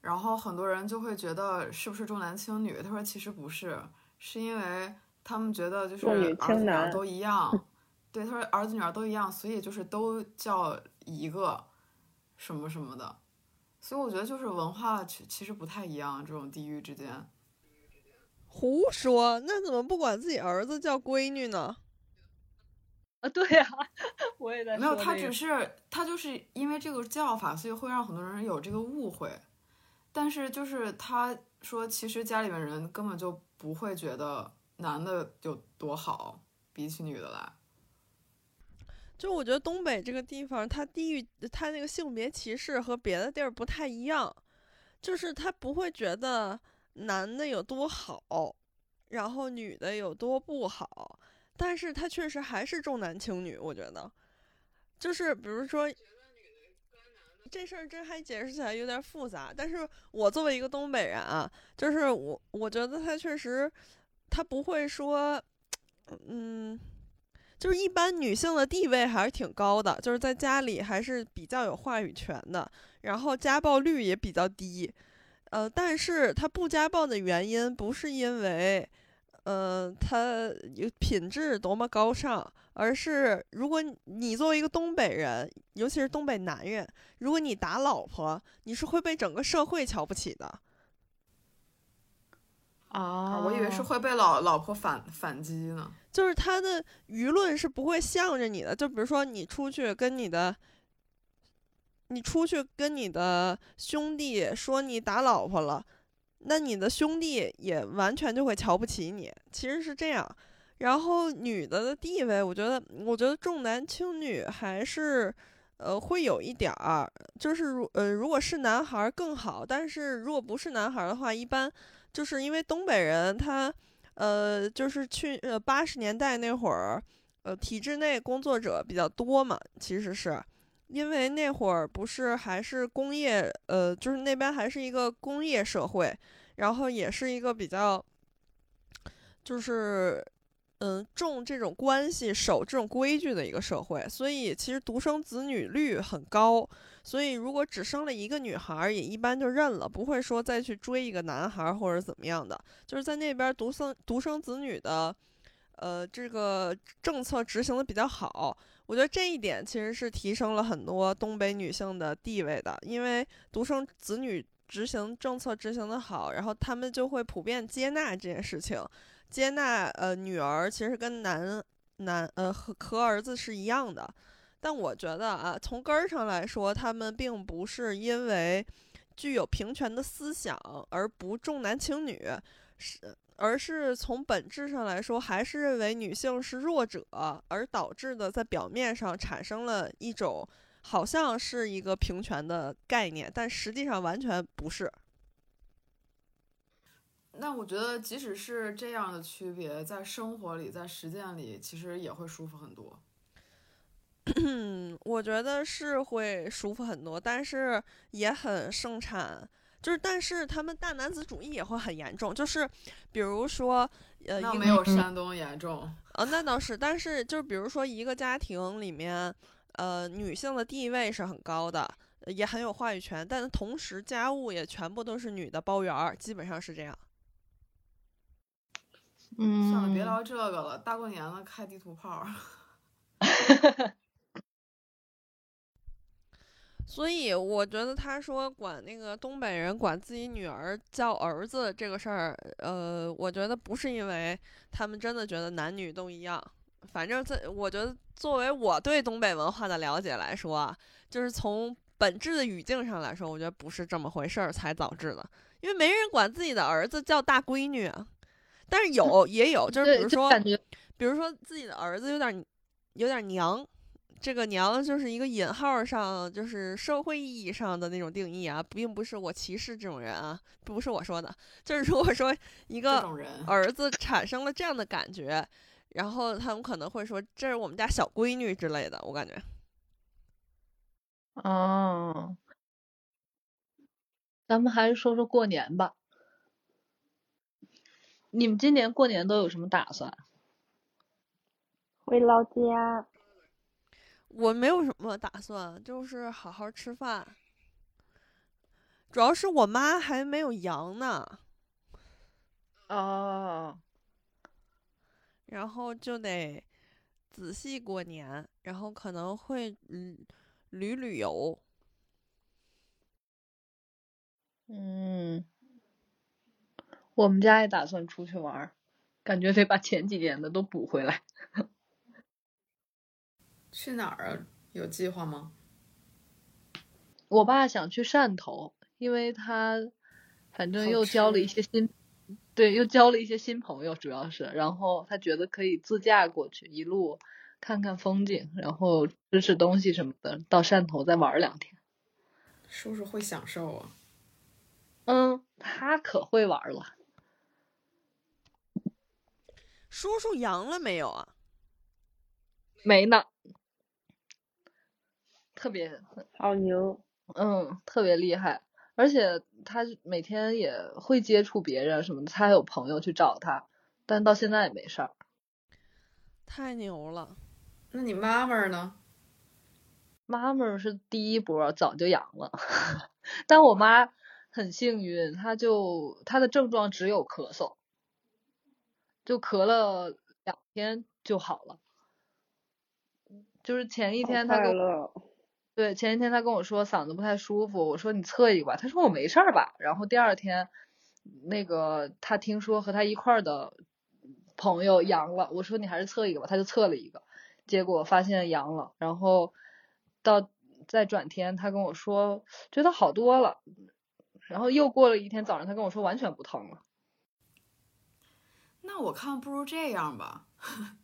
S2: 然后很多人就会觉得是不是重男轻女？他说其实不是，是因为他们觉得就是
S3: 重女
S2: 儿子
S3: 轻
S2: 女儿
S3: 男
S2: 都一样，对，他说儿子女儿都一样，所以就是都叫一个什么什么的，所以我觉得就是文化其其实不太一样，这种地域之间。
S1: 胡说，那怎么不管自己儿子叫闺女呢？
S5: 啊， 对呀、我也在
S2: 没有，
S5: 说
S2: 他
S5: 这个
S2: 只是他就是因为这个叫法，所以会让很多人有这个误会。但是就是他说，其实家里面人根本就不会觉得男的有多好，比起女的来。
S1: 就我觉得东北这个地方，它地域它那个性别歧视和别的地儿不太一样，就是他不会觉得男的有多好，然后女的有多不好，但是他确实还是重男轻女，我觉得，就是比如说。这事儿真还解释起来有点复杂，但是我作为一个东北人啊，就是我我觉得他确实，他不会说，嗯，就是一般女性的地位还是挺高的，就是在家里还是比较有话语权的，然后家暴率也比较低。呃，但是她不家暴的原因不是因为，呃，她有品质多么高尚，而是如果你你作为一个东北人，尤其是东北男人，如果你打老婆，你是会被整个社会瞧不起的。
S5: 啊
S2: 啊，我以为是会被老老婆反反击呢。
S1: 就是他的舆论是不会向着你的。就比如说你出去跟你的，你出去跟你的兄弟说你打老婆了，那你的兄弟也完全就会瞧不起你，其实是这样。然后女的的地位，我觉得，我觉得重男轻女还是，呃，会有一点儿，就是如呃，如果是男孩儿更好，但是如果不是男孩儿的话，一般就是因为东北人他，呃，就是去呃八十年代那会儿，呃，体制内工作者比较多嘛，其实是因为那会儿不是还是工业，呃，就是那边还是一个工业社会，然后也是一个比较，就是。嗯，重这种关系、守这种规矩的一个社会，所以其实独生子女率很高。所以如果只生了一个女孩儿，也一般就认了，不会说再去追一个男孩儿或者怎么样的。就是在那边儿独生独生子女的，呃，这个政策执行的比较好。我觉得这一点其实是提升了很多东北女性的地位的，因为独生子女执行政策执行的好，然后他们就会普遍接纳这件事情，接纳呃女儿其实跟男男呃和和儿子是一样的。但我觉得啊，从根儿上来说，他们并不是因为具有平权的思想而不重男轻女，是而是从本质上来说，还是认为女性是弱者，而导致的在表面上产生了一种好像是一个平权的概念，但实际上完全不是。
S2: 那我觉得，即使是这样的区别，在生活里，在实践里，其实也会舒服很多。
S1: 嗯，我觉得是会舒服很多，但是也很盛产。就是，但是他们大男子主义也会很严重。就是，比如说，呃，
S2: 那
S1: 一
S2: 没有山东严重。
S1: 啊，那倒是，但是就比如说一个家庭里面，呃，女性的地位是很高的，呃也很有话语权，但同时家务也全部都是女的包圆儿，基本上是这样。
S5: 嗯，
S2: 算了，别聊这个了，大过年了，开地图炮儿。
S1: 所以我觉得他说管那个东北人管自己女儿叫儿子这个事儿，呃，我觉得不是因为他们真的觉得男女都一样，反正在我觉得作为我对东北文化的了解来说啊，就是从本质的语境上来说，我觉得不是这么回事儿才导致的，因为没人管自己的儿子叫大闺女啊，但是有也有，就是
S5: 对
S1: 比如
S5: 就
S1: 说
S5: 感觉
S1: 比如说自己的儿子有点有点娘，这个娘就是一个引号上，就是社会意义上的那种定义啊，并不是我歧视这种人啊，不是我说的，就是如果说一
S2: 这
S1: 个
S2: 种人，
S1: 儿子产生了这样的感觉，然后他们可能会说这是我们家小闺女之类的，我感觉。
S5: 哦，咱们还是说说过年吧。你们今年过年都有什么打算？
S7: 回老家。
S1: 我没有什么打算，就是好好吃饭。主要是我妈还没有阳呢，
S5: 哦，
S1: 然后就得仔细过年，然后可能会嗯旅旅游。
S5: 嗯，我们家也打算出去玩儿，感觉得把前几年的都补回来。
S2: 去哪儿啊？有计划吗？
S5: 我爸想去汕头，因为他反正
S2: 好
S5: 又交了
S2: 吃啊
S5: 一些新，对，又交了一些新朋友，主要是，然后他觉得可以自驾过去，一路看看风景，然后吃吃东西什么的，到汕头再玩儿两天。
S2: 叔叔会享受啊。
S5: 嗯，他可会玩儿了。
S1: 叔叔阳了没有啊？
S5: 没呢，特别，
S3: 好牛！
S5: 嗯，特别厉害，而且他是每天也会接触别人什么的，他还有朋友去找他，但到现在也没事儿。
S1: 太牛了！
S2: 那你妈妈呢？
S5: 妈妈儿是第一波儿早就阳了， 但我妈很幸运，她就她的症状只有咳嗽，就咳了两天就好了。就是前一
S3: 好
S5: 天她
S3: 快
S5: 给我
S3: 乐！哦
S5: 对，前一天他跟我说嗓子不太舒服，我说你测一个吧，他说我没事儿吧。然后第二天，那个他听说和他一块儿的朋友阳了，我说你还是测一个吧，他就测了一个，结果发现阳了。然后到再转天，他跟我说觉得好多了，然后又过了一天早上，他跟我说完全不疼了。
S2: 那我看不如这样吧，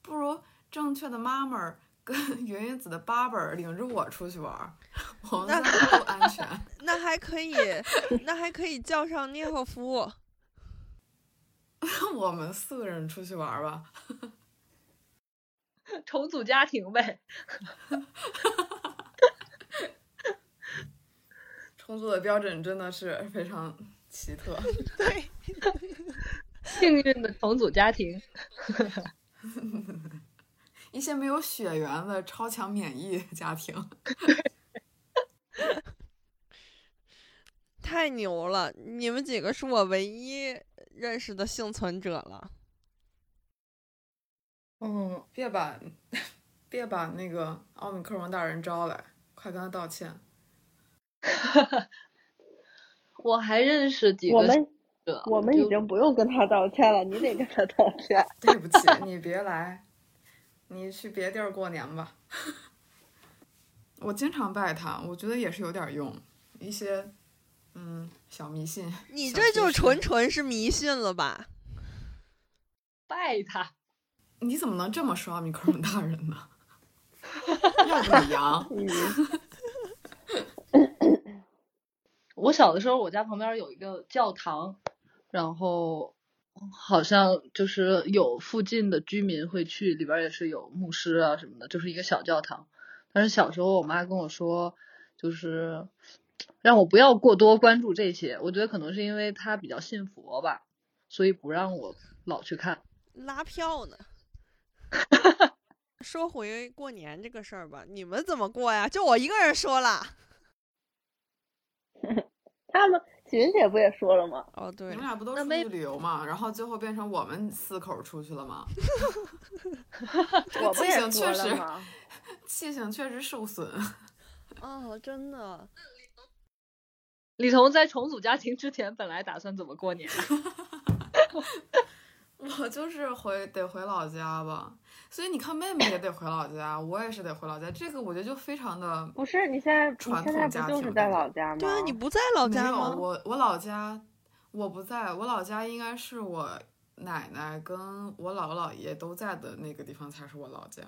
S2: 不如正确的妈妈儿跟云云子的爸爸儿领着我出去玩儿， 我们
S1: 那
S2: 三个都安 全。
S1: 那还可以， 那还可以叫上聂赫夫。
S2: 那我们四个人出去玩儿吧。
S5: 重组家庭呗，
S2: 重组的标准真的是非常奇特，
S1: 对，
S5: 幸运的重组家庭。
S2: 一些没有血缘的超强免疫家庭。
S1: 太牛了！你们几个是我唯一认识的幸存者了。
S5: 嗯，
S2: 别把别把那个奥密克戎大人招来，快跟他道歉。
S5: 我还认识几个
S7: 我们
S5: 者
S7: 我们已
S5: 就
S7: 经不用跟他道歉了，你得跟他道歉。
S2: 对不起，你别来，你去别地儿过年吧。 我经常拜他，我觉得也是有点用，一些嗯小迷信。
S1: 你
S2: 小
S1: 这
S2: 知
S1: 就
S2: 识
S1: 纯，纯是迷信了吧？
S5: 拜他。
S2: 你怎么能这么说奥密克戎大人呢？要不你阳，
S7: 嗯，
S5: 我小的时候，我家旁边有一个教堂，然后好像就是有附近的居民会去，里边也是有牧师啊什么的，就是一个小教堂。但是小时候我妈跟我说，就是让我不要过多关注这些。我觉得可能是因为她比较信佛吧，所以不让我老去看。
S1: 拉票 呢。说回过年这个事儿吧，你们怎么过呀？就我一个人说了。
S7: 他们群姐不也说了吗？
S1: 哦，对
S2: 你们，俩不都
S5: 那
S2: 出
S5: 没
S2: 去旅游嘛？然后最后变成我们四口出去了吗？这个
S7: 我不
S2: 气
S7: 也
S2: 性
S7: 说
S2: 确
S7: 了
S2: 实，
S7: 吗？
S2: 气性确实受损。
S1: 哦，真的，
S5: 李彤在重组家庭之前，本来打算怎么过年？啊
S2: 我就是回得回老家吧，所以你看妹妹也得回老家，我也是得回老家，这个我觉得就非常的
S3: 不是，你现在你
S2: 传
S3: 现
S2: 统
S3: 在
S2: 家
S3: 不就
S2: 庭
S3: 是在
S2: 的
S3: 老家吗？
S1: 对啊，你不在老
S2: 没
S1: 家
S2: 有
S1: 吗？
S2: 我我老家我不在，我老家应该是我奶奶跟我姥姥姥爷都在的那个地方才是我老家。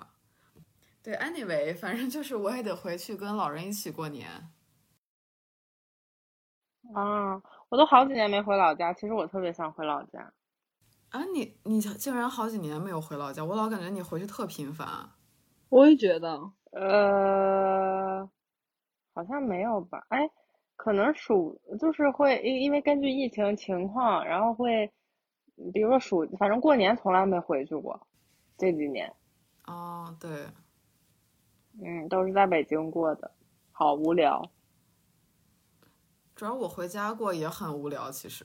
S2: 对，anyway，反正就是我也得回去跟老人一起过年。
S3: 啊，我都好几年没回老家，其实我特别想回老家。
S2: 啊，你你竟然好几年没有回老家，我老感觉你回去特频繁。
S5: 我也觉得，
S3: 呃，好像没有吧？哎，可能暑就是会因因为根据疫情情况，然后会，比如说暑，反正过年从来没回去过，这几年，
S2: 哦，对，
S3: 嗯，都是在北京过的，好无聊。
S2: 主要我回家过也很无聊，其实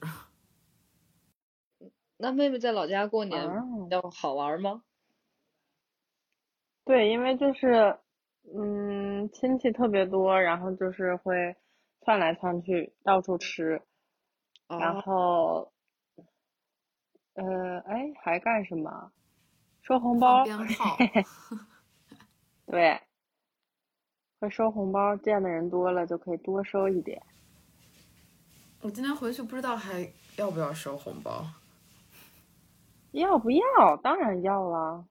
S5: 那妹妹在老家过年
S3: 哦
S5: 要好玩吗？
S3: 对，因为就是，嗯，亲戚特别多，然后就是会窜来窜去，到处吃，然
S5: 哦，
S3: 后，呃，哎，还干什么？收红包，
S2: 放鞭 炮，
S3: 对，会收红包，见的人多了就可以多收一点。
S2: 我今天回去不知道还要不要收 红包。
S3: 要不要？当然要啦，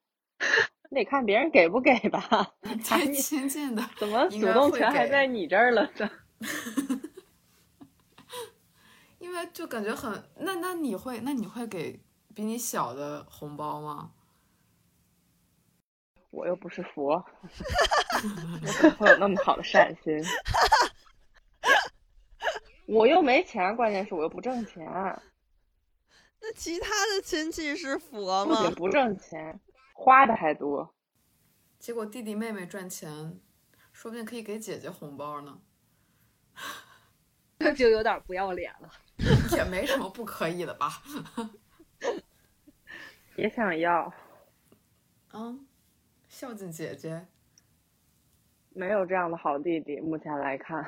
S3: 你得看别人给不给 吧。
S2: 最亲近的，
S3: 怎么
S2: 应
S3: 主
S2: 该
S3: 动
S2: 会
S3: 权还
S2: 给
S3: 在你这儿了呢？
S2: 因为就感觉很那那你会那你会给比你小的红包吗？
S3: 我又不是佛，我怎么会有那么好的善心？我又没钱，关键是我又不挣钱，
S1: 那其他的亲戚是佛
S3: 不仅
S1: 吗？
S3: 不挣钱，花的还多。
S2: 结果弟弟妹妹赚钱，说不定可以给姐姐红包呢，
S5: 这 就有点不要脸了。
S2: 也没什么不可以的吧？
S3: 也想要，
S2: 嗯，孝敬姐姐，
S3: 没有这样的好弟弟，目前来看，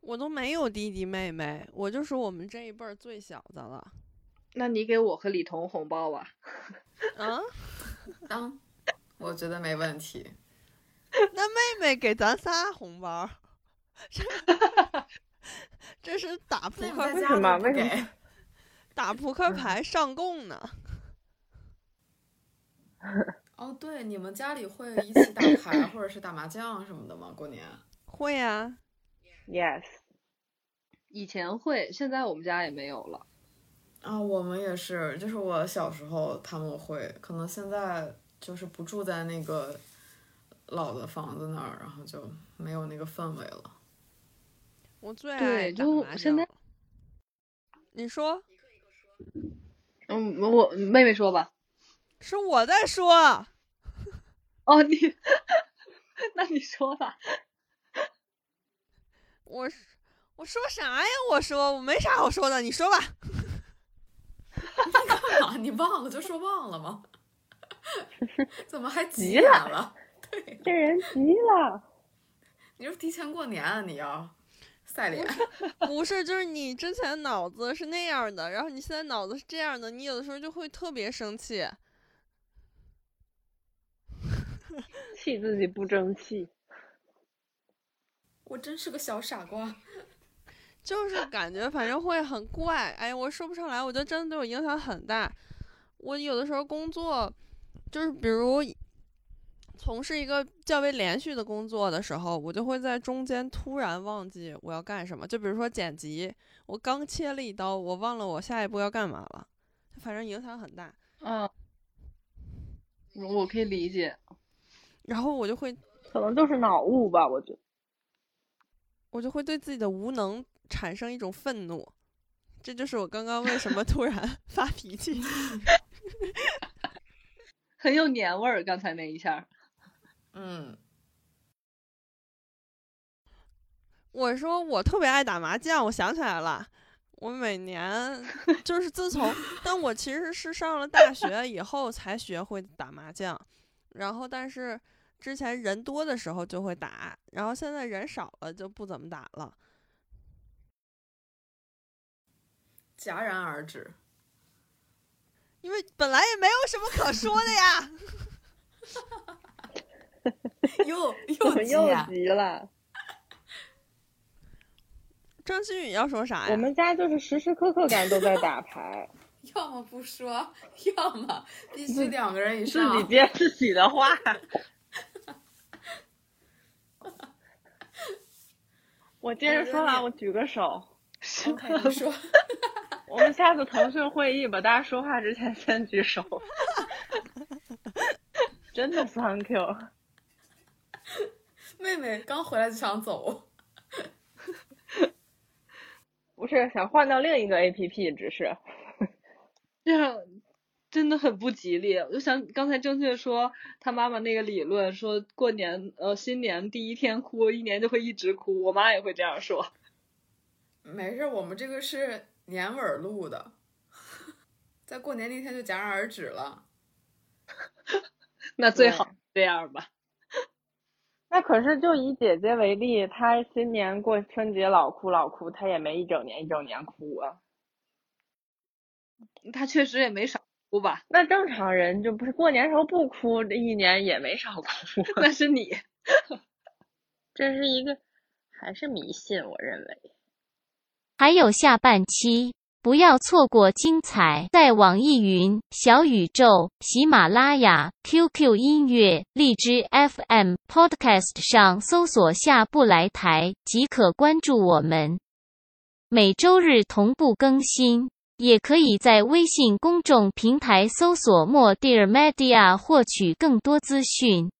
S1: 我都没有弟弟妹妹，我就是我们这一辈儿最小的了。
S5: 那你给我和李彤红包吧。
S1: 啊，
S2: 当嗯我觉得没问题。
S1: 那妹妹给咱仨红包， 这这是 打扑
S2: 那你
S1: 克
S2: 在
S3: 为
S2: 家
S3: 什么
S2: 都不
S3: 为什
S2: 给
S3: 么？
S1: 打扑克
S5: 嗯
S1: 牌上供呢。
S2: 哦，对，你们家里会一起打 牌或者是打麻将什么的吗？过年？
S1: 会
S2: 啊
S1: 呀、
S3: yes，
S5: 以前会，现在我们家也没有了。
S2: 啊，我们也是，就是我小时候他们会，可能现在就是不住在那个老的房子那儿，然后就没有那个氛围了。
S1: 我最爱
S5: 对
S1: 打
S5: 就
S1: 麻
S5: 现在
S1: 将。你说
S5: 嗯，我妹妹说吧。
S1: 是我在说，
S5: 哦，你， 那你说吧。
S1: 我是我说啥呀？我说我没啥好说的，你说吧。
S2: 啊，你忘了就说忘了吗？ 怎么还急
S3: 急
S2: 眼
S3: 了
S2: 了？对，
S3: 这人急了，
S2: 你是提前过年啊？你要赛脸？
S1: 不是，就是你之前脑子是那样的，然后你现在脑子是这样的，你有的时候就会特别生气。
S3: 气自己不争气。
S2: 我真是个小傻瓜。
S1: 就是感觉反正会很怪，哎，我说不上来，我觉得真的对我影响很大。我有的时候工作，就是比如从事一个较为连续的工作的时候，我就会在中间突然忘记我要干什么。就比如说剪辑，我刚切了一刀，我忘了我下一步要干嘛了，反正影响很大。
S5: 嗯，我可以理解。
S1: 然后我就会，
S3: 可能就是脑雾吧，我觉得。
S1: 我就会对自己的无能产生一种愤怒。这就是我刚刚为什么突然 发脾气。
S5: 很有年味儿，刚才那一下儿。
S2: 嗯，
S1: 我说我特别爱打麻将，我想起来了，我每年就是自从，但我其实是上了大学以后才学会打麻将，然后但是之前人多的时候就会打，然后现在人少了就不怎么打了。
S2: 戛然而止。
S1: 因为本来也没有什么可说的呀，
S2: 又
S7: 怎么
S2: 又急啊
S7: 又
S2: 眼
S7: 急了？
S1: 张馨予要说啥呀？
S3: 我们家就是时时刻刻感觉都在打牌，
S2: 要么不说，要么必须两个人以
S3: 自己
S2: 上。
S3: 接自己的话。我接着说啊完，我举个手。
S2: OK，你说。
S3: 我们下次腾讯会议吧，大家说话之前先举手。真的 thank you。
S2: 妹妹刚回来就想走，
S3: 不是想换到另一个 A P P，只是
S5: 这样真的很不吉利。我就想刚才正确说他妈妈那个理论，说过年呃新年第一天哭，一年就会一直哭。我妈也会这样说。
S2: 没事，我们这个是年尾录的， 在过年那天就戛然而止了。
S5: 那最好这样吧。
S3: 那可是就以姐姐为例，她新年过春节老哭老哭，她也没一整年一整年哭啊。
S5: 嗯她确实也没少哭 吧？
S3: 那正常人就不是过年时候不哭，这一年也没少哭。
S5: 那是你，
S3: 这是一个还是迷信？我认为。
S8: 还有下半期，不要错过精彩！在网易云、小宇宙、喜马拉雅、QQ 音乐、荔枝 FM、Podcast 上搜索“下不来台”即可关注我们，每周日同步更新。也可以在微信公众平台搜索“莫蒂尔 media” 获取更多资讯。